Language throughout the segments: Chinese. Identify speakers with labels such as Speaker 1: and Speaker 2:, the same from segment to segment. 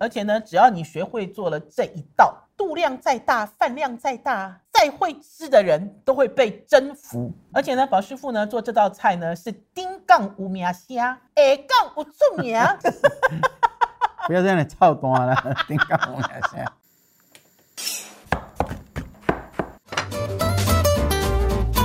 Speaker 1: 而且呢，只要你学会做了这一道，度量再大，饭量再大，再会吃的人都会被征服。而且呢，宝师傅呢做这道菜呢是丁杠无名虾，矮杠无出名。
Speaker 2: 不要这样操啊蛋了，顶干我两下。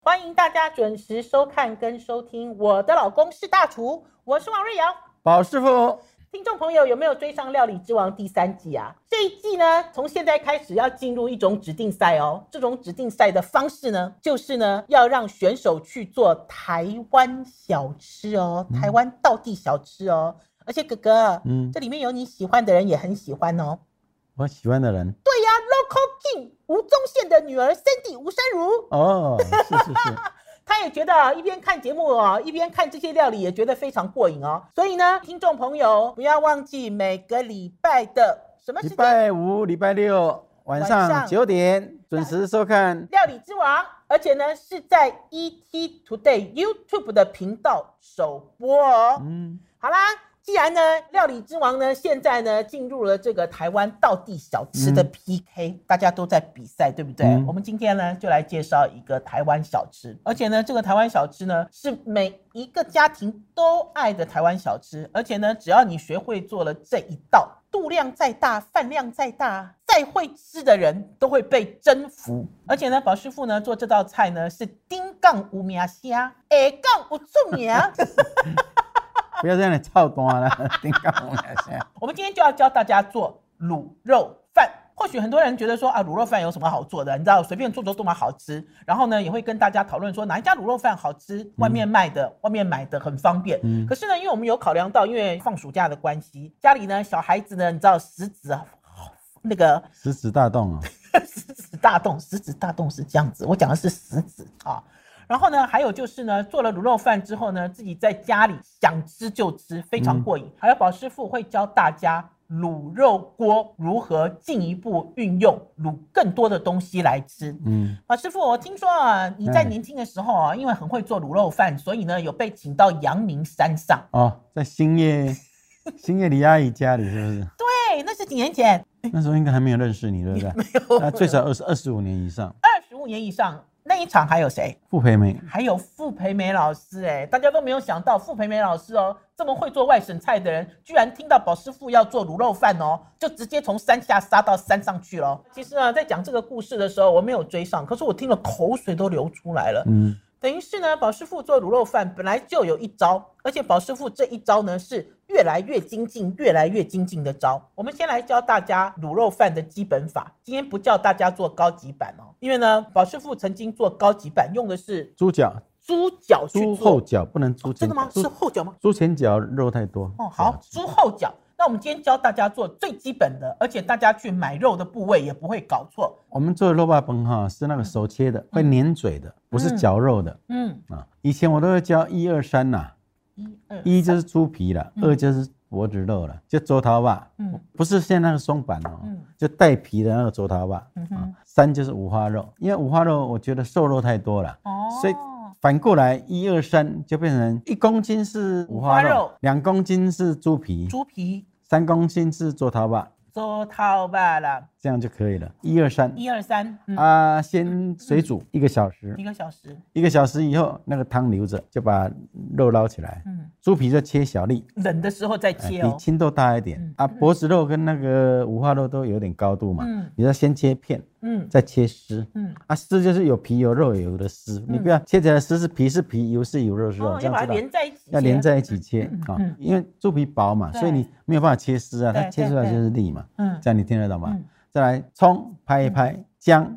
Speaker 1: 欢迎大家准时收看跟收听《我的老公是大厨》，我是王瑞瑶。
Speaker 2: 宝师傅，
Speaker 1: 听众朋友有没有追上《料理之王》第三季啊？这一季呢，从现在开始要进入一种指定赛哦。这种指定赛的方式呢，就是呢要让选手去做台湾小吃哦，台湾道地小吃哦。而且哥哥，
Speaker 2: 嗯
Speaker 1: 这里面有你喜欢的人也很喜欢哦。
Speaker 2: 我喜欢的人
Speaker 1: 对呀、l o c a l King 吴宗宪的女儿 Cindy 吴珊如，
Speaker 2: 哦，是是是，
Speaker 1: 她也觉得啊一边看节目哦，一边看这些料理，也觉得非常过瘾哦。所以呢，听众朋友不要忘记每个礼拜的什么时
Speaker 2: 礼
Speaker 1: 间？
Speaker 2: 拜五、礼拜六晚
Speaker 1: 晚
Speaker 2: 上
Speaker 1: 上
Speaker 2: 九点准时收看。
Speaker 1: 料理之王，而且呢是在 ET Today YouTube 的频道首播哦。
Speaker 2: 嗯，
Speaker 1: 好啦，既然呢料理之王呢现在呢进入了这个台湾道地小吃的
Speaker 2: 嗯
Speaker 1: PK，、大家都在比赛，对不对？
Speaker 2: 嗯
Speaker 1: 我们今天呢就来介绍一个台湾小吃，而且呢这个台湾小吃呢是每一个家庭都爱的台湾小吃，而且呢只要你学会做了这一道。度量再大，饭量再大，再会吃的人都会被征服。
Speaker 2: 嗯
Speaker 1: 而且呢，宝师傅呢做这道菜呢是丁杠无名虾，矮杠无出名。
Speaker 2: 不要这样操啊蛋了，顶干我两下。
Speaker 1: 我们今天就要教大家做卤肉饭。或许很多人觉得说啊，卤肉饭有什么好做的？你知道随便做做都蛮好吃。然后呢，也会跟大家讨论说哪一家卤肉饭好吃，外面卖的、外面买的很方便。
Speaker 2: 嗯
Speaker 1: 可是呢，因为我们有考量到，因为放暑假的关系，家里呢小孩子呢，你知道食指啊，那个
Speaker 2: 食指大动啊，
Speaker 1: 食指大动，食指大动是这样子，我讲的是食指啊。然后呢，还有就是呢，做了卤肉饭之后呢，自己在家里想吃就吃，非常过瘾。还有宝师傅会教大家卤肉锅如何进一步运用卤更多的东西来吃。
Speaker 2: 嗯，
Speaker 1: 啊，师傅，我听说啊，你在
Speaker 2: 嗯
Speaker 1: 年轻的时候啊，因为很会做卤肉饭，所以呢有被请到阳明山上。
Speaker 2: 哦，在兴 业，兴业李阿姨家里是不是？
Speaker 1: 对，哎那是几年前，
Speaker 2: 那时候应该还 没有认识你，对不对？那最少二十二十五年以上。
Speaker 1: 二十五年以上。那一场还有谁？
Speaker 2: 傅培梅，
Speaker 1: 还有傅培梅老师、哎，大家都没有想到傅培梅老师哦，这么会做外省菜的人，居然听到宝师傅要做卤肉饭哦，就直接从山下杀到山上去了。其实啊，在讲这个故事的时候，我没有追上，可是我听了口水都流出来了。
Speaker 2: 嗯，
Speaker 1: 等于是呢，宝师傅做卤肉饭本来就有一招，而且宝师傅这一招呢是越来越精进、越来越精进的招。我们先来教大家卤肉饭的基本法，今天不教大家做高级版哦，因为呢，宝师傅曾经做高级版，用的是
Speaker 2: 猪脚，
Speaker 1: 猪脚去
Speaker 2: 猪后
Speaker 1: 做。哦
Speaker 2: 脚不能猪前
Speaker 1: 真的
Speaker 2: 脚，
Speaker 1: 吗？
Speaker 2: 猪
Speaker 1: 是后脚吗？
Speaker 2: 猪前脚肉太多。啊
Speaker 1: 哦，好，猪后脚。那我们今天教大家做最基本的，而且大家去买肉的部位也不会搞错。
Speaker 2: 我们做的肉霸崩哈是那个手切的，会粘嘴的，不是绞肉的
Speaker 1: 嗯，
Speaker 2: 啊。以前我都会教一二三呐，
Speaker 1: 一二
Speaker 2: 一就是猪皮了，
Speaker 1: 嗯
Speaker 2: 二就是脖子肉了，就周头吧，
Speaker 1: 嗯
Speaker 2: 不是现在那个松板哦
Speaker 1: 嗯，
Speaker 2: 就带皮的那个周头吧
Speaker 1: 嗯
Speaker 2: 啊
Speaker 1: 哼。
Speaker 2: 三就是五花肉，因为五花肉我觉得瘦肉太多了，
Speaker 1: 哦，
Speaker 2: 所以反过来一二三就变成一公斤是五花
Speaker 1: 五花
Speaker 2: 肉
Speaker 1: 肉，
Speaker 2: 两公斤是猪皮，
Speaker 1: 猪皮
Speaker 2: 三公斤是周头吧，
Speaker 1: 做套罢了，
Speaker 2: 这样就可以了。一二三
Speaker 1: 一二三，嗯，
Speaker 2: 啊，先水煮一个小时
Speaker 1: 一，个小时，
Speaker 2: 一个小时以后那个汤留着，就把肉捞起来，
Speaker 1: 嗯，
Speaker 2: 猪皮就切小粒，
Speaker 1: 冷的时候再
Speaker 2: 哎
Speaker 1: 切
Speaker 2: 比
Speaker 1: 哦。
Speaker 2: 青豆大一点
Speaker 1: 嗯
Speaker 2: 啊。脖子肉跟那个五花肉都有点高度嘛
Speaker 1: 嗯，
Speaker 2: 你要先切片，
Speaker 1: 嗯
Speaker 2: 再切丝。
Speaker 1: 嗯，
Speaker 2: 啊，丝就是有皮有肉有的丝，你不要切起来丝是皮是皮，油是油，肉是肉，
Speaker 1: 哦，
Speaker 2: 这
Speaker 1: 要把它
Speaker 2: 样知
Speaker 1: 连。
Speaker 2: 道
Speaker 1: 在一起，
Speaker 2: 要连，在一起切啊
Speaker 1: 嗯，
Speaker 2: 因为猪皮薄嘛，
Speaker 1: 对
Speaker 2: 所以你没有办法切丝啊，
Speaker 1: 对
Speaker 2: 它切出来就是粒嘛。
Speaker 1: 嗯，
Speaker 2: 这样你听得懂吗
Speaker 1: 嗯？
Speaker 2: 再来，葱拍一拍，姜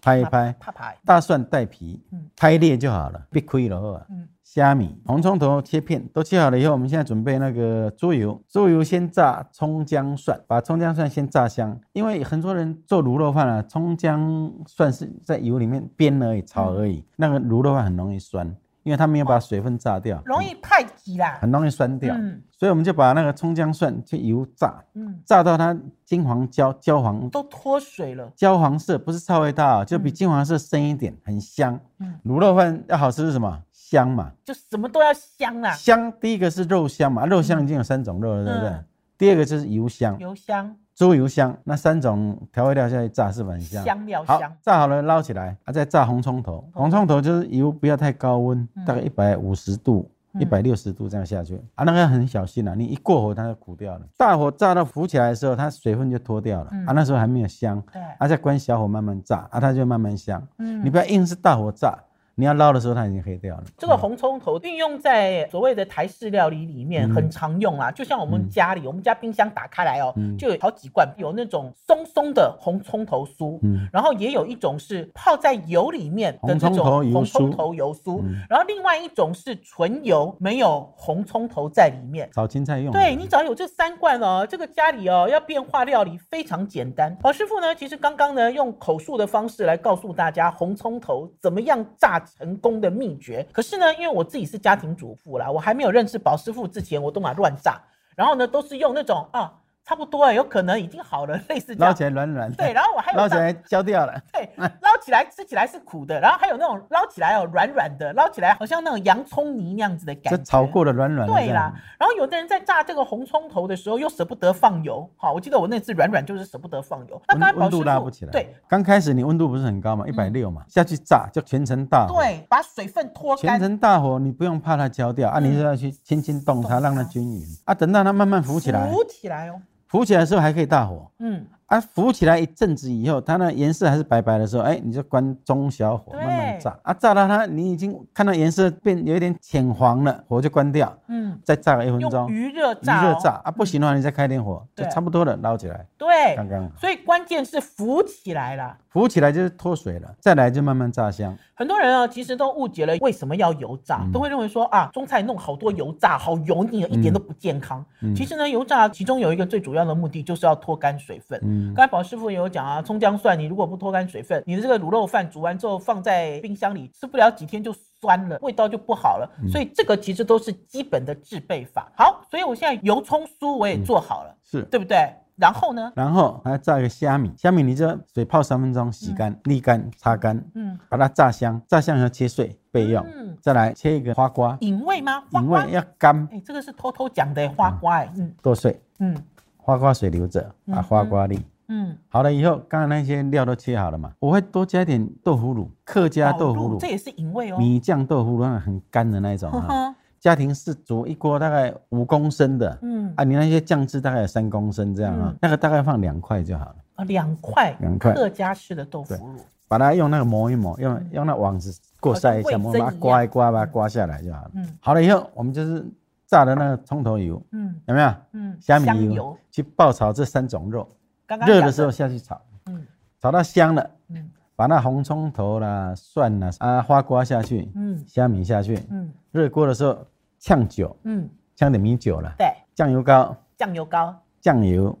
Speaker 2: 拍一拍，
Speaker 1: 啪啪，
Speaker 2: 大蒜带皮
Speaker 1: 嗯，
Speaker 2: 拍裂就好了，别亏了后啊
Speaker 1: 嗯。
Speaker 2: 虾米、红葱头切片都切好了以后，我们现在准备那个猪油，猪油先炸葱姜蒜，把葱姜蒜先炸香，因为很多人做卤肉饭啊，葱姜蒜是在油里面煸而已，炒而
Speaker 1: 嗯
Speaker 2: 已，那个卤肉饭很容易酸，因为它没有把水分炸掉，
Speaker 1: 容易派皮啦，
Speaker 2: 很容易酸掉，
Speaker 1: 嗯
Speaker 2: 所以我们就把那个葱姜蒜去油炸，
Speaker 1: 嗯，
Speaker 2: 炸到它金黄焦焦黄
Speaker 1: 都脱水了，
Speaker 2: 焦黄啊色，不是超味大、哦，就比金黄色深一点，很香。
Speaker 1: 嗯
Speaker 2: 卤肉饭要好吃是什么？香嘛，
Speaker 1: 就什么都要香啊，
Speaker 2: 香第一个是肉香嘛，肉香已经有三种肉了，对不对
Speaker 1: 嗯？
Speaker 2: 第二个就是油香，
Speaker 1: 油香、
Speaker 2: 猪油香，那三种调味料下去炸是不是很香？
Speaker 1: 香料
Speaker 2: 好
Speaker 1: 香，，
Speaker 2: 炸好了捞起来，啊，再炸红葱头。红葱头就是油不要太高温，
Speaker 1: 嗯
Speaker 2: 大概一百五十度、
Speaker 1: 嗯
Speaker 2: 一百六十度这样下去啊，那个要很小心啊，你一过火它就苦掉了。大火炸到浮起来的时候，它水分就脱掉了、
Speaker 1: 嗯
Speaker 2: 啊，那时候还没有香，
Speaker 1: 对，
Speaker 2: 啊，再关小火慢慢炸啊，它就慢慢香。
Speaker 1: 嗯
Speaker 2: 你不要硬是大火炸，你要捞的时候它已经黑掉了。
Speaker 1: 这个
Speaker 2: 嗯
Speaker 1: 红葱头运用在所谓的台式料理里面
Speaker 2: 嗯
Speaker 1: 很常用啦，就像我们
Speaker 2: 嗯
Speaker 1: 家里，我们家冰箱打开来哦
Speaker 2: 嗯，
Speaker 1: 就有好几罐有那种松松的红葱头酥，
Speaker 2: 嗯
Speaker 1: 然后也有一种是泡在油里面的这种
Speaker 2: 红葱头油
Speaker 1: 红葱
Speaker 2: 酥
Speaker 1: 头油酥
Speaker 2: 嗯，
Speaker 1: 然后另外一种是纯油，没有红葱头在里面。
Speaker 2: 炒青菜用的。
Speaker 1: 对你只要有这三罐哦，这个家里哦要变化料理非常简单。好，师傅呢，其实刚刚呢用口述的方式来告诉大家红葱头怎么样炸成功的秘诀。可是呢，因为我自己是家庭主妇啦，我还没有认识宝师傅之前，我都嘛乱炸，然后呢都是用那种啊差不多哎，有可能已经好了，类似这
Speaker 2: 捞
Speaker 1: 样。
Speaker 2: 起来软软的，
Speaker 1: 对，然后我还有
Speaker 2: 捞起
Speaker 1: 炸
Speaker 2: 来嗯焦掉了。
Speaker 1: 对，捞起来吃起来是苦的，然后还有那种捞起来哦软软的，捞起来好像那种洋葱泥那样子的感
Speaker 2: 这
Speaker 1: 觉。
Speaker 2: 炒过了软软的这
Speaker 1: 对
Speaker 2: 样。
Speaker 1: 啦，然后有的人在炸这个红葱头的时候又舍不得放油，好，我记得我那次软软就是舍不得放油。那刚才
Speaker 2: 温
Speaker 1: 宝师
Speaker 2: 温度
Speaker 1: 傅
Speaker 2: 拉不起来。
Speaker 1: 对，嗯
Speaker 2: 刚开始你温度不是很高嘛，一百六嘛，下去炸就全程大火。，
Speaker 1: 对，把水分拖
Speaker 2: 全
Speaker 1: 干，
Speaker 2: 程大火，你不用怕它焦掉啊，
Speaker 1: 嗯
Speaker 2: 你就要去轻轻动它，
Speaker 1: 动它
Speaker 2: 让它均匀啊。等到它慢慢浮起来，
Speaker 1: 浮起来哦，
Speaker 2: 浮起来的时候还可以大火
Speaker 1: 嗯，
Speaker 2: 啊，浮起来一阵子以后，它那颜色还是白白的时候，哎，你就关中小火
Speaker 1: 对
Speaker 2: 慢慢炸啊，炸到它你已经看到颜色变有一点浅黄了，火就关掉，
Speaker 1: 嗯，
Speaker 2: 再炸个一分
Speaker 1: 用
Speaker 2: 钟。
Speaker 1: 余热
Speaker 2: 余
Speaker 1: 炸、哦嗯
Speaker 2: 热，炸啊，不行的话你再开点火，就
Speaker 1: 对
Speaker 2: 差不多了，捞起来
Speaker 1: 对，
Speaker 2: 刚刚好
Speaker 1: 所以关键是浮起来啦。
Speaker 2: 浮起来就是脱水了，再来就慢慢炸香。
Speaker 1: 很多人啊，其实都误解了为什么要油炸，
Speaker 2: 嗯
Speaker 1: 都会认为说啊，中菜弄好多油炸，好油腻，一
Speaker 2: 嗯
Speaker 1: 点都不健康。其实呢，油炸其中有一个最主要的目的，就是要脱干水分。
Speaker 2: 嗯
Speaker 1: 刚才宝师傅也有讲啊，葱姜蒜，你如果不脱干水分，你的这个卤肉饭煮完之后放在冰箱里，吃不了几天就酸了，味道就不好了。
Speaker 2: 嗯
Speaker 1: 所以这个其实都是基本的制备法。好，所以我现在油葱酥我也做好了，
Speaker 2: 是。
Speaker 1: 对不对？然后呢，
Speaker 2: 然后还要炸一个虾米，虾米你就水泡三分钟，洗干、沥干、擦干，
Speaker 1: 嗯
Speaker 2: 把它炸香，炸香以后切碎备用。
Speaker 1: 嗯，
Speaker 2: 再来切一个花瓜，
Speaker 1: 引味吗？花
Speaker 2: 因
Speaker 1: 瓜，哎、
Speaker 2: 为要干
Speaker 1: 这个是偷偷讲的花瓜、哎，嗯
Speaker 2: 剁碎，
Speaker 1: 嗯
Speaker 2: 花瓜水留着，把花瓜粒。
Speaker 1: 嗯。
Speaker 2: 好了以后，刚才那些料都切好了嘛，我会多加一点豆腐乳，客家
Speaker 1: 导
Speaker 2: 豆腐
Speaker 1: 入
Speaker 2: 乳
Speaker 1: 这，也是引味哦。
Speaker 2: 米酱豆腐乳那很干的那一种
Speaker 1: 呵
Speaker 2: 啊。
Speaker 1: 呵，
Speaker 2: 家庭式煮一锅大概五公升的，
Speaker 1: 嗯，
Speaker 2: 啊，你那些酱汁大概有三公升这样啊
Speaker 1: 嗯，
Speaker 2: 那个大概放两块就好了。
Speaker 1: 啊两块
Speaker 2: 两块
Speaker 1: 客家式的豆腐乳，
Speaker 2: 把它用那个磨一磨，用用那网子过筛一
Speaker 1: 好
Speaker 2: 下，
Speaker 1: 像
Speaker 2: 磨
Speaker 1: 味噌
Speaker 2: 把它
Speaker 1: 一样
Speaker 2: 刮一刮，把它刮下来就好了。
Speaker 1: 嗯
Speaker 2: 好了以后，我们就是炸的那个葱头油，
Speaker 1: 嗯
Speaker 2: 有没有？
Speaker 1: 嗯，
Speaker 2: 虾
Speaker 1: 香
Speaker 2: 米油
Speaker 1: 油，
Speaker 2: 去爆炒这三种肉，
Speaker 1: 刚刚
Speaker 2: 热
Speaker 1: 讲
Speaker 2: 的时候，下去炒，
Speaker 1: 嗯
Speaker 2: 炒到香了，
Speaker 1: 嗯
Speaker 2: 把那红葱头啦、蒜啦、啊花瓜下去，
Speaker 1: 嗯
Speaker 2: 虾米下去，
Speaker 1: 嗯
Speaker 2: 热锅的时候呛酒，
Speaker 1: 嗯，
Speaker 2: 呛点米酒啦，
Speaker 1: 对，
Speaker 2: 酱油膏、
Speaker 1: 酱油膏，
Speaker 2: 酱油、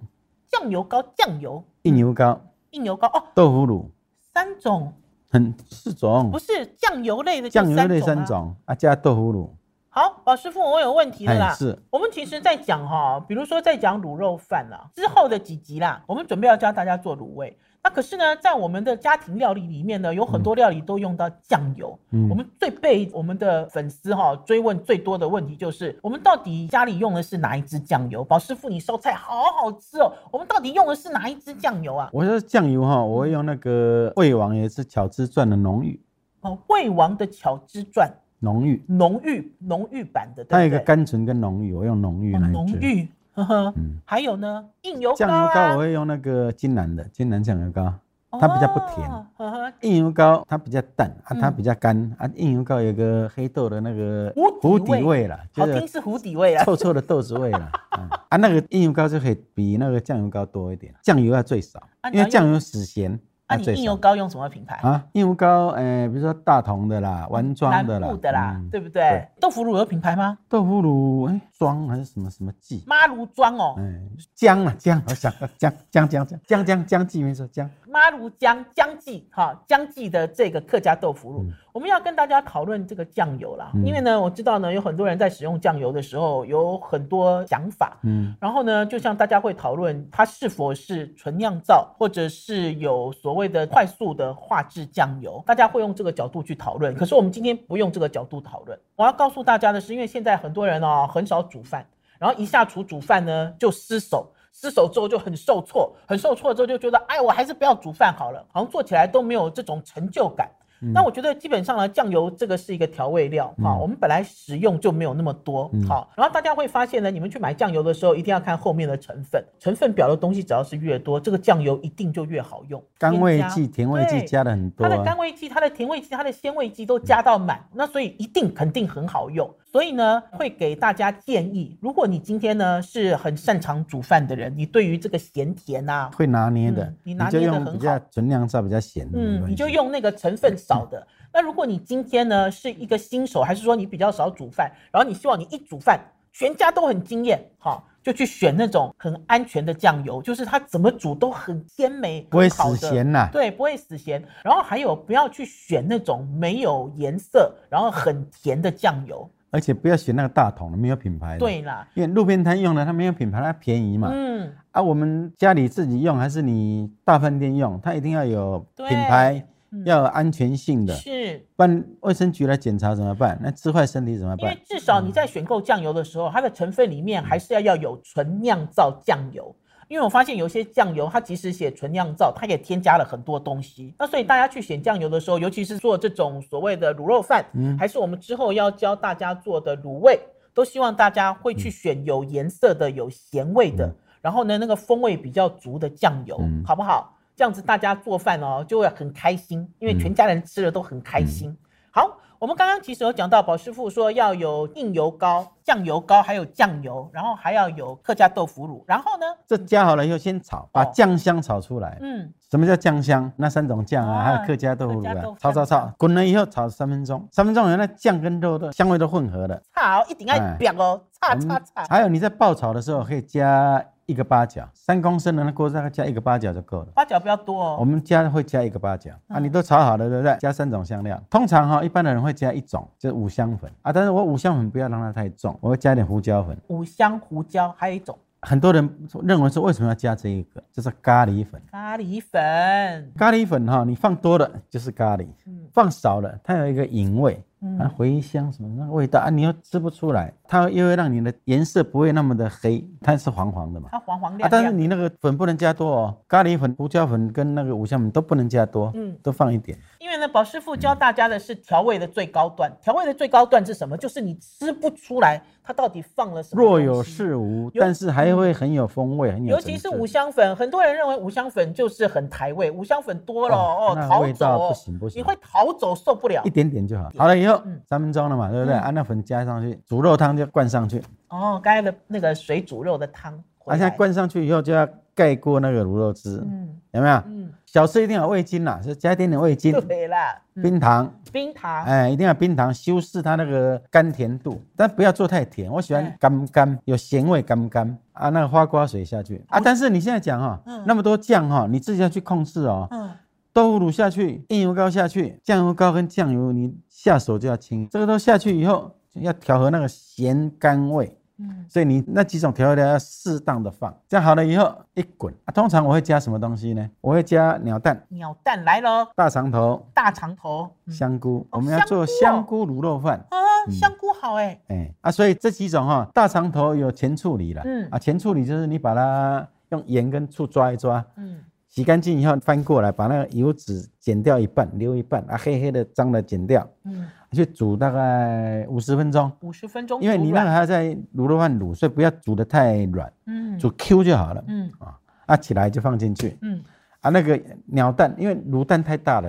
Speaker 1: 酱油膏，酱油，
Speaker 2: 印油膏、
Speaker 1: 硬油膏哦，
Speaker 2: 豆腐乳，
Speaker 1: 三种
Speaker 2: 很四种
Speaker 1: 不，是酱油类的就
Speaker 2: 酱油类
Speaker 1: 啊
Speaker 2: 三。种啊，加豆腐乳，哎
Speaker 1: 好，宝师傅，我有问题了啦。
Speaker 2: 是
Speaker 1: 我们其实，在讲哈、比如说在讲卤肉饭啦，之后的几集啦，我们准备要教大家做卤味。那可是呢，在我们的家庭料理里面呢，有很多料理都用到酱油。
Speaker 2: 嗯
Speaker 1: 我们最被我们的粉丝哈、追问最多的问题就是，我们到底家里用的是哪一支酱油？宝师傅，你烧菜好好吃哦，我们到底用的是哪一支酱油啊？
Speaker 2: 我说酱油哈，我会用那个魏王也是巧汁钻的浓郁
Speaker 1: 哦，魏王的巧汁钻，
Speaker 2: 浓郁，
Speaker 1: 浓郁浓郁版的，
Speaker 2: 它
Speaker 1: 对
Speaker 2: 有一
Speaker 1: 不
Speaker 2: 个
Speaker 1: 对？
Speaker 2: 甘醇跟浓郁，我用浓郁
Speaker 1: 哦
Speaker 2: 那
Speaker 1: 浓
Speaker 2: 一支。
Speaker 1: 郁，呵呵。
Speaker 2: 嗯
Speaker 1: 还有呢，硬油膏
Speaker 2: 酱油膏我
Speaker 1: 啊，
Speaker 2: 会用那个金兰的金兰酱油膏，它比较不甜。
Speaker 1: 哦呵呵
Speaker 2: 硬油膏它比较淡啊，
Speaker 1: 嗯
Speaker 2: 它比较干、啊。硬油膏有个黑豆的那个
Speaker 1: 糊底味
Speaker 2: 味啦，
Speaker 1: 好
Speaker 2: 就
Speaker 1: 听
Speaker 2: 是
Speaker 1: 是糊底味啊。
Speaker 2: 臭臭的豆子味啦。嗯啊，那个硬油膏就可以比那个酱油膏多一点，酱油要最少，
Speaker 1: 啊你
Speaker 2: 因
Speaker 1: 要用
Speaker 2: 为酱油死咸。
Speaker 1: 那
Speaker 2: 啊，
Speaker 1: 你
Speaker 2: 最
Speaker 1: 硬
Speaker 2: 少
Speaker 1: 油膏用什么品牌？
Speaker 2: 啊，硬油膏，呃，比如说大同的啦，丸庄
Speaker 1: 嗯南
Speaker 2: 的啦，
Speaker 1: 部的啦
Speaker 2: 嗯，
Speaker 1: 对不对
Speaker 2: 对？
Speaker 1: 豆腐乳有品牌吗？
Speaker 2: 豆腐乳，哎、庄还是什么什么记，
Speaker 1: 妈炉庄哦，
Speaker 2: 哎，姜啊姜，我想到姜姜姜姜姜姜姜记没错姜，
Speaker 1: 妈炉姜姜记哈，姜记的这个客家豆腐乳，
Speaker 2: 嗯
Speaker 1: 我们要跟大家讨论这个酱油啦，
Speaker 2: 嗯
Speaker 1: 因为呢，我知道呢，有很多人在使用酱油的时候有很多想法。
Speaker 2: 嗯
Speaker 1: 然后呢，就像大家会讨论它是否是纯酿造，或者是有所谓的快速的化制酱油，大家会用这个角度去讨论。可是我们今天不用这个角度讨论。我要告诉大家的是，因为现在很多人哦很少煮饭，然后一下厨煮饭呢就失手。失手之后就很受挫，很受挫之后就觉得，哎，我还是不要煮饭好了，好像做起来都没有这种成就感。那我觉得基本上呢，酱油这个是一个调味料哈、我们本来使用就没有那么多
Speaker 2: 嗯
Speaker 1: 好、然后大家会发现呢，你们去买酱油的时候一定要看后面的成分，成分表的东西只要是越多，这个酱油一定就越好用。
Speaker 2: 甘味
Speaker 1: 添加
Speaker 2: 剂甜味剂
Speaker 1: 对
Speaker 2: 加了很多
Speaker 1: 它的
Speaker 2: 啊
Speaker 1: 甘，味剂、它的甜味剂、它的鲜味剂都加到满，那所以一定肯定很好用。所以呢，会给大家建议，如果你今天呢是很擅长煮饭的人，你对于这个咸甜啊，
Speaker 2: 会拿捏的
Speaker 1: 嗯，你拿
Speaker 2: 就
Speaker 1: 捏得
Speaker 2: 用
Speaker 1: 很
Speaker 2: 比较
Speaker 1: 好
Speaker 2: 纯酿造比较咸的，没
Speaker 1: 嗯，
Speaker 2: 关
Speaker 1: 你就
Speaker 2: 系
Speaker 1: 用那个成分少 的。那如果你今天呢是一个新手，还是说你比较少煮饭，然后你希望你一煮饭全家都很惊艳，好，就去选那种很安全的酱油，就是它怎么煮都很鲜美，
Speaker 2: 不会
Speaker 1: 很好
Speaker 2: 死
Speaker 1: 的
Speaker 2: 咸呐，
Speaker 1: 对，不会死咸。然后还有不要去选那种没有颜色，然后很甜的酱油。
Speaker 2: 而且不要选那个大桶的，没有品牌的，，
Speaker 1: 对啦，
Speaker 2: 因为路边摊用的它没有品牌，它便宜嘛，
Speaker 1: 嗯，
Speaker 2: 啊，我们家里自己用还是你大饭店用，它一定要有
Speaker 1: 对
Speaker 2: 品牌，
Speaker 1: 嗯
Speaker 2: 要有安全性的，
Speaker 1: 是
Speaker 2: 不然卫生局来检查怎么办？那吃坏身体怎么
Speaker 1: 因为
Speaker 2: 办？嗯
Speaker 1: 至少你在选购酱油的时候，它的成分里面还是要要有纯酿造酱油。因为我发现有些酱油，它即使写纯酿造，它也添加了很多东西。那所以大家去选酱油的时候，尤其是做这种所谓的卤肉饭，
Speaker 2: 嗯
Speaker 1: 还是我们之后要教大家做的卤味，都希望大家会
Speaker 2: 嗯
Speaker 1: 去选有颜色的、有咸味的，然后呢，那个风味比较足的酱油，
Speaker 2: 嗯
Speaker 1: 好不好？这样子大家做饭哦就会很开心，因为
Speaker 2: 嗯
Speaker 1: 全家人吃了都很开心。好，我们刚刚其实有讲到，宝师傅说要有硬油膏、酱油膏，还有酱油，然后还要有客家豆腐乳。然后呢，
Speaker 2: 这加好了以后先炒，把
Speaker 1: 哦
Speaker 2: 酱香炒出来。
Speaker 1: 嗯，
Speaker 2: 什么叫酱香？那三种酱啊，
Speaker 1: 啊
Speaker 2: 还有客家豆腐乳
Speaker 1: 客家豆
Speaker 2: 啊
Speaker 1: 腐，
Speaker 2: 炒炒
Speaker 1: 酱
Speaker 2: 炒，滚了以后炒三分钟，三分钟以后那酱跟肉的香味都混合了。
Speaker 1: 炒一定要
Speaker 2: 哎
Speaker 1: 煸哦，
Speaker 2: 我
Speaker 1: 炒
Speaker 2: 们
Speaker 1: 炒炒，
Speaker 2: 还有你在爆炒的时候可以加一个八角，三公升的那锅大概加一个八角就够了。
Speaker 1: 八角不要多
Speaker 2: 我
Speaker 1: 哦。
Speaker 2: 们家会加一个八角啊，
Speaker 1: 嗯
Speaker 2: 你都炒好了，对不对？加三种香料，通常哈、一般的人会加一种，就是五香粉啊。但是我五香粉不要让它太重，我会加一点胡椒粉。
Speaker 1: 五香胡椒，还有一种
Speaker 2: 很多人认为说为什么要加这一个，就是咖喱粉。
Speaker 1: 咖喱粉，
Speaker 2: 咖喱粉哈、你放多了就是咖喱，
Speaker 1: 嗯
Speaker 2: 放少了它有一个隐味，啊，
Speaker 1: 嗯，
Speaker 2: 茴香什么那个味道啊，你又吃不出来，它又会让你的颜色不会那么的黑，它是黄黄的嘛。
Speaker 1: 它黄黄
Speaker 2: 啊
Speaker 1: 亮，
Speaker 2: 但是
Speaker 1: 亮。
Speaker 2: 你那个粉不能加多哦，咖喱粉、胡椒粉跟那个五香粉都不能加多，
Speaker 1: 嗯
Speaker 2: 都放一点。
Speaker 1: 因为呢，宝师傅教大家的是调味的最高段，调味的最高段是什么？就是你吃不出来它到底放了什么。
Speaker 2: 若有。似无，
Speaker 1: 尤
Speaker 2: 但是还会很有风味，很
Speaker 1: 嗯
Speaker 2: 有
Speaker 1: 尤
Speaker 2: 层
Speaker 1: 其是
Speaker 2: 次
Speaker 1: 五香粉，很多人认为五香粉就是很台味，五香粉多了
Speaker 2: 哦
Speaker 1: 哦，
Speaker 2: 那
Speaker 1: 逃
Speaker 2: 味
Speaker 1: 走
Speaker 2: 道
Speaker 1: 哦
Speaker 2: 不行不行
Speaker 1: 你会逃走受不了
Speaker 2: 一点点就好。好了以后
Speaker 1: 嗯
Speaker 2: 三分钟了嘛，对不对？
Speaker 1: 嗯
Speaker 2: 啊，那粉加上去，煮肉汤就灌上去，
Speaker 1: 哦。刚才的那个水煮肉的汤
Speaker 2: 啊，
Speaker 1: 回
Speaker 2: 现
Speaker 1: 来，
Speaker 2: 在灌上去以后就要盖过那个卤肉汁，
Speaker 1: 嗯
Speaker 2: 有没有？
Speaker 1: 嗯，
Speaker 2: 小吃一定有味精啦，就加一点点味精、
Speaker 1: 对嗯啦，嗯
Speaker 2: 冰糖，
Speaker 1: 冰糖，
Speaker 2: 哎，一定要冰糖修饰它那个甘甜度，但不要做太甜，我喜欢
Speaker 1: 哎
Speaker 2: 甘甘，有咸味甘甘啊，那个花瓜水下去啊。但是你现在讲哈、
Speaker 1: 嗯
Speaker 2: 那么多酱哈、你自己要去控制哦。
Speaker 1: 嗯，
Speaker 2: 豆腐乳下去，硬油膏下去，酱油膏跟酱油你下手就要轻，这个都下去以后要调和那个咸甘味，
Speaker 1: 嗯
Speaker 2: 所以你那几种调味料要适当的放，这样好了以后一滚、啊。通常我会加什么东西呢？我会加鸟蛋、
Speaker 1: 鸟蛋来喽，
Speaker 2: 大肠头、
Speaker 1: 大肠头，嗯
Speaker 2: 香嗯菇，
Speaker 1: 哦
Speaker 2: 我们要做香
Speaker 1: 香哦
Speaker 2: 菇卤肉饭。
Speaker 1: 啊，香菇好哎，
Speaker 2: 哎啊，所以这几种哈、大肠头有前处理了，
Speaker 1: 嗯
Speaker 2: 啊，前处理就是你把它用盐跟醋抓一抓，
Speaker 1: 嗯
Speaker 2: 洗干净以后翻过来，把那个油脂剪掉一半，留一半啊，黑黑的脏的剪掉，
Speaker 1: 嗯，
Speaker 2: 去煮大概五十分钟。
Speaker 1: 五十分钟煮
Speaker 2: 因
Speaker 1: 软，
Speaker 2: 为你那个还要在卤肉饭卤，所以不要煮得太软，
Speaker 1: 嗯
Speaker 2: 煮 Q 就好了
Speaker 1: 嗯
Speaker 2: 啊。啊，起来就放进去
Speaker 1: 嗯
Speaker 2: 啊。那个鸟蛋，因为卤蛋太大了，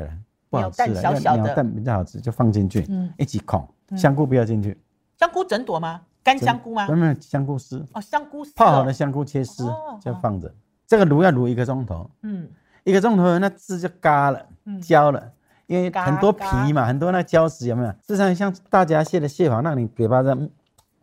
Speaker 2: 不好吃了。
Speaker 1: 鸟蛋小小的
Speaker 2: 要鸟蛋比较好吃，就放进去，
Speaker 1: 嗯，
Speaker 2: 一起烤。
Speaker 1: 嗯
Speaker 2: 香菇不要进去，
Speaker 1: 香菇整朵吗？干香菇吗
Speaker 2: 没？有没有香菇丝，
Speaker 1: 哦，香菇丝
Speaker 2: 泡好
Speaker 1: 哦
Speaker 2: 的，香菇切丝
Speaker 1: 哦
Speaker 2: 就放着。这个卤要卤一个钟头，
Speaker 1: 嗯
Speaker 2: 一个钟头那汁就嘎了，
Speaker 1: 嗯，
Speaker 2: 焦了，因为
Speaker 1: 嘎
Speaker 2: 很多皮嘛，很多那胶质有没有？就像像大闸蟹的蟹黄，让你嘴巴在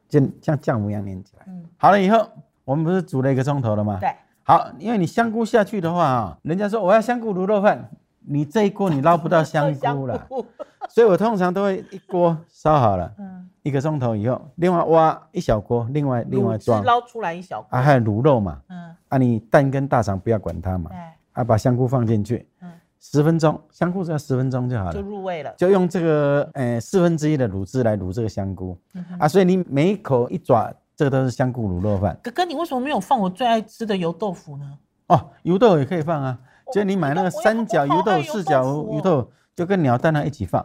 Speaker 2: 像像酱母一样粘起来。
Speaker 1: 嗯，
Speaker 2: 好了以后，我们不是煮了一个钟头了吗？。
Speaker 1: 对，
Speaker 2: 好，因为你香菇下去的话啊，人家说我要香菇卤肉饭，你这一锅你捞不到香 菇了，
Speaker 1: 嗯 菇，
Speaker 2: 所以我通常都会一锅烧好了，
Speaker 1: 嗯，
Speaker 2: 一个钟头以后，另外挖一小锅，另外另外
Speaker 1: 卤汁
Speaker 2: 装
Speaker 1: 捞出来一小
Speaker 2: 啊，
Speaker 1: 块，
Speaker 2: 还有卤肉嘛，
Speaker 1: 嗯，哎
Speaker 2: 啊，你蛋跟大肠不要管它嘛，
Speaker 1: 对，
Speaker 2: 啊，把香菇放进去
Speaker 1: 嗯，
Speaker 2: 十分钟，香菇只要十分钟就好
Speaker 1: 就
Speaker 2: 了。
Speaker 1: 入味了。
Speaker 2: 就用这个呃四分之一的卤汁来卤这个香菇
Speaker 1: 嗯哼
Speaker 2: 啊，所以你每一口一抓，这个都是香菇卤肉饭
Speaker 1: 哥哥，你为什么没有放我最爱吃的油豆腐呢？
Speaker 2: 哦。油豆也可以放啊，就你买那个
Speaker 1: 我
Speaker 2: 三角
Speaker 1: 我
Speaker 2: 油
Speaker 1: 好爱
Speaker 2: 豆、
Speaker 1: 油豆
Speaker 2: 四角
Speaker 1: 腐哦
Speaker 2: 油豆，就跟鸟蛋啊一起放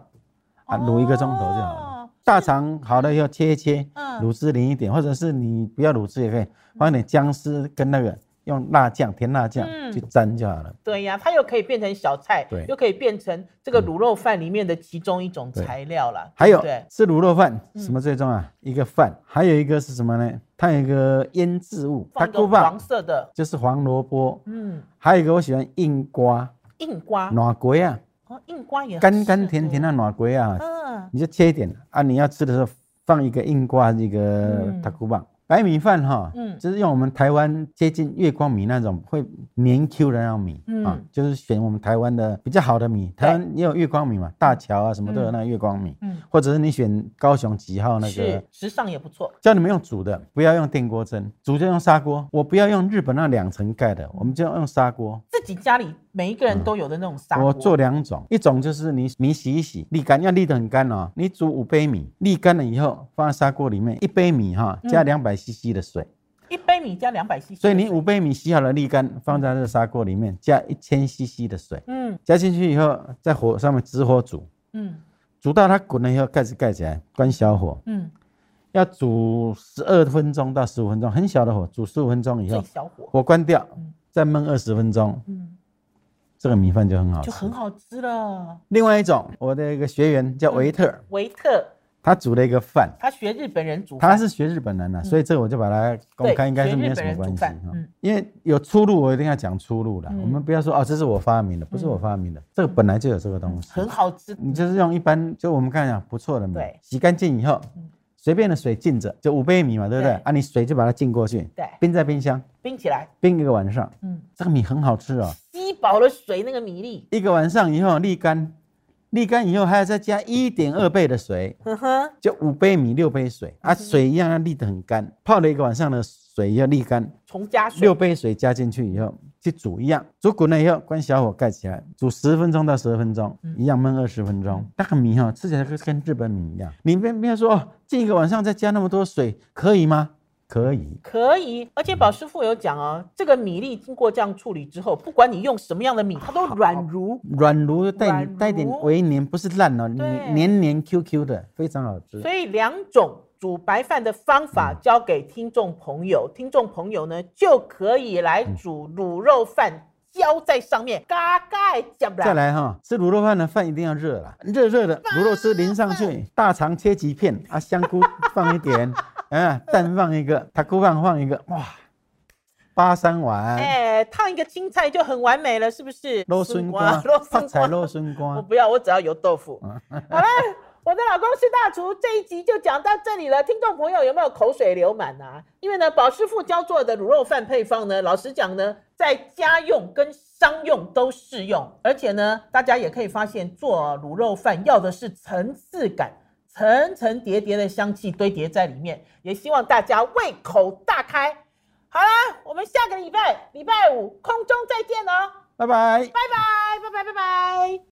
Speaker 2: 啊，卤一个钟头就好了。
Speaker 1: 哦。
Speaker 2: 大肠好了以后切一切，
Speaker 1: 嗯
Speaker 2: 卤汁淋一点，或者是你不要卤汁也可以放一点姜丝跟那个用辣酱甜辣酱
Speaker 1: 嗯
Speaker 2: 去沾就好了。
Speaker 1: 对呀、它又可以变成小菜
Speaker 2: 对，嗯
Speaker 1: 又可以变成这个卤肉饭里面的其中一种材料啦。
Speaker 2: 还有
Speaker 1: 对，嗯
Speaker 2: 吃卤肉饭什么最重要？一个饭，还有一个是什么呢？它有一个腌制物，
Speaker 1: 放一个
Speaker 2: taco bar
Speaker 1: 黄色的，
Speaker 2: 就是黄萝卜，
Speaker 1: 嗯，
Speaker 2: 还有一个我喜欢硬瓜、
Speaker 1: 硬瓜，
Speaker 2: 软龟啊，
Speaker 1: 哦，硬瓜也
Speaker 2: 甘甘甜甜
Speaker 1: 的，
Speaker 2: 的软龟啊，
Speaker 1: 嗯，
Speaker 2: 你就切一点啊。你要吃的时候放一个硬瓜，一个
Speaker 1: 嗯
Speaker 2: 塔古棒。白米饭哈，
Speaker 1: 嗯
Speaker 2: 就是用我们台湾接近月光米那种会黏 Q 的那种米、
Speaker 1: 嗯
Speaker 2: 啊，就是选我们台湾的比较好的米。台湾也有月光米嘛，大桥啊什么都有那个月光米，
Speaker 1: 嗯
Speaker 2: 或者是你选高雄几号那个
Speaker 1: 是，时尚也不错，
Speaker 2: 叫你们用煮的，不要用电锅蒸，煮就用砂锅。我不要用日本那两层盖的，我们就用砂锅。
Speaker 1: 自己家里每一个人都有的那种砂锅，
Speaker 2: 嗯我做两种，一种就是你米洗一洗，沥干，要沥得很干哦。你煮五杯米，沥干了以后放在砂锅里面，一杯米哈
Speaker 1: 嗯
Speaker 2: 加两百 CC 的水，
Speaker 1: 一杯米加两百 CC，
Speaker 2: 所以你五杯米洗好了沥干，放在这个砂锅里面加一千 CC 的水，
Speaker 1: 嗯
Speaker 2: 加进去以后在火上面直火煮，
Speaker 1: 嗯
Speaker 2: 煮到它滚了以后盖子盖起来，关小火，
Speaker 1: 嗯，
Speaker 2: 要煮十二分钟到十五分钟，很小的火，煮十五分钟以
Speaker 1: 最
Speaker 2: 后
Speaker 1: 小火，
Speaker 2: 火关掉
Speaker 1: 嗯，
Speaker 2: 再焖二十分钟，
Speaker 1: 嗯，
Speaker 2: 这个米饭就很好吃
Speaker 1: 就。很好吃了。
Speaker 2: 另外一种，我的一个学员叫维特尔。
Speaker 1: 维特
Speaker 2: 他煮了一个饭，
Speaker 1: 他学日本人煮
Speaker 2: 他
Speaker 1: 饭，
Speaker 2: 是学日本人的、所以这我就把它公开，
Speaker 1: 嗯对
Speaker 2: 应该是没有
Speaker 1: 学
Speaker 2: 什
Speaker 1: 日本
Speaker 2: 么
Speaker 1: 人煮
Speaker 2: 关系
Speaker 1: 饭
Speaker 2: 哈
Speaker 1: 嗯。
Speaker 2: 因为有出路，我一定要讲出路的。
Speaker 1: 嗯
Speaker 2: 我们不要说哦，这是我发明的，不是我发明的，这个本来就有这个东
Speaker 1: 嗯
Speaker 2: 西。
Speaker 1: 很好吃，
Speaker 2: 你就是用一般，就我们刚才讲不错的米
Speaker 1: 对，
Speaker 2: 洗干净以后
Speaker 1: 嗯，
Speaker 2: 随便的水浸着，就五杯米嘛，对不对？
Speaker 1: 对
Speaker 2: 啊，你水就把它浸过去，
Speaker 1: 对，
Speaker 2: 冰在冰箱，
Speaker 1: 冰起来，
Speaker 2: 冰一个晚上，
Speaker 1: 嗯，
Speaker 2: 这个米很好吃哦。
Speaker 1: 吸饱了水那个米粒，
Speaker 2: 一个晚上以后沥干，沥干以后还要再加一点二倍的水，
Speaker 1: 呵呵，
Speaker 2: 就五杯米六杯水
Speaker 1: 嗯
Speaker 2: 啊，水一样要沥得很干，泡了一个晚上的水要沥干，
Speaker 1: 重加水
Speaker 2: 六杯水加进去以后去煮一样，煮滚了以后关小火盖起来，煮十分钟到十二分钟，
Speaker 1: 嗯
Speaker 2: 一样焖二十分钟。那个米哈、吃起来跟跟日本米一样，你别别说哦，浸一个晚上再加那么多水可以吗？可以，
Speaker 1: 可以，而且宝师傅有讲哦，这个米粒经过这样处理之后，不管你用什么样的米，它都软如。
Speaker 2: 软炉带
Speaker 1: 软炉
Speaker 2: 带点微黏，不是烂哦，
Speaker 1: 对
Speaker 2: 黏黏黏 QQ 的，非常好吃。
Speaker 1: 所以两种煮白饭的方法
Speaker 2: 嗯
Speaker 1: 交给听众朋友，听众朋友呢就可以来煮
Speaker 2: 嗯
Speaker 1: 卤肉饭，浇在上面，嘎嘎讲不
Speaker 2: 再，来哈、吃卤肉饭呢，饭一定要热啦，热热的卤肉丝淋上去，大肠切几片啊，香菇放一点， 啊，蛋放一个，塔菇饭放一个，哇，八三碗，
Speaker 1: 哎，烫一个青菜就很完美了，是不是？
Speaker 2: 肉笋瓜
Speaker 1: 肉，
Speaker 2: 发
Speaker 1: 笋
Speaker 2: 财
Speaker 1: 瓜，
Speaker 2: 肉笋瓜
Speaker 1: 我，不要，我只要油豆腐。 好了，我的老公是大厨，这一集就讲到这里了。听众朋友有没有口水流满啊？因为呢，宝师傅教做的卤肉饭配方呢，老实讲呢，在家用跟商用都适用，而且呢，大家也可以发现，做卤肉饭要的是层次感。层层叠叠的香气堆叠在里面，也希望大家胃口大开。好啦，我们下个礼拜礼拜五空中再见哦，
Speaker 2: 拜拜。
Speaker 1: 拜拜拜拜拜拜。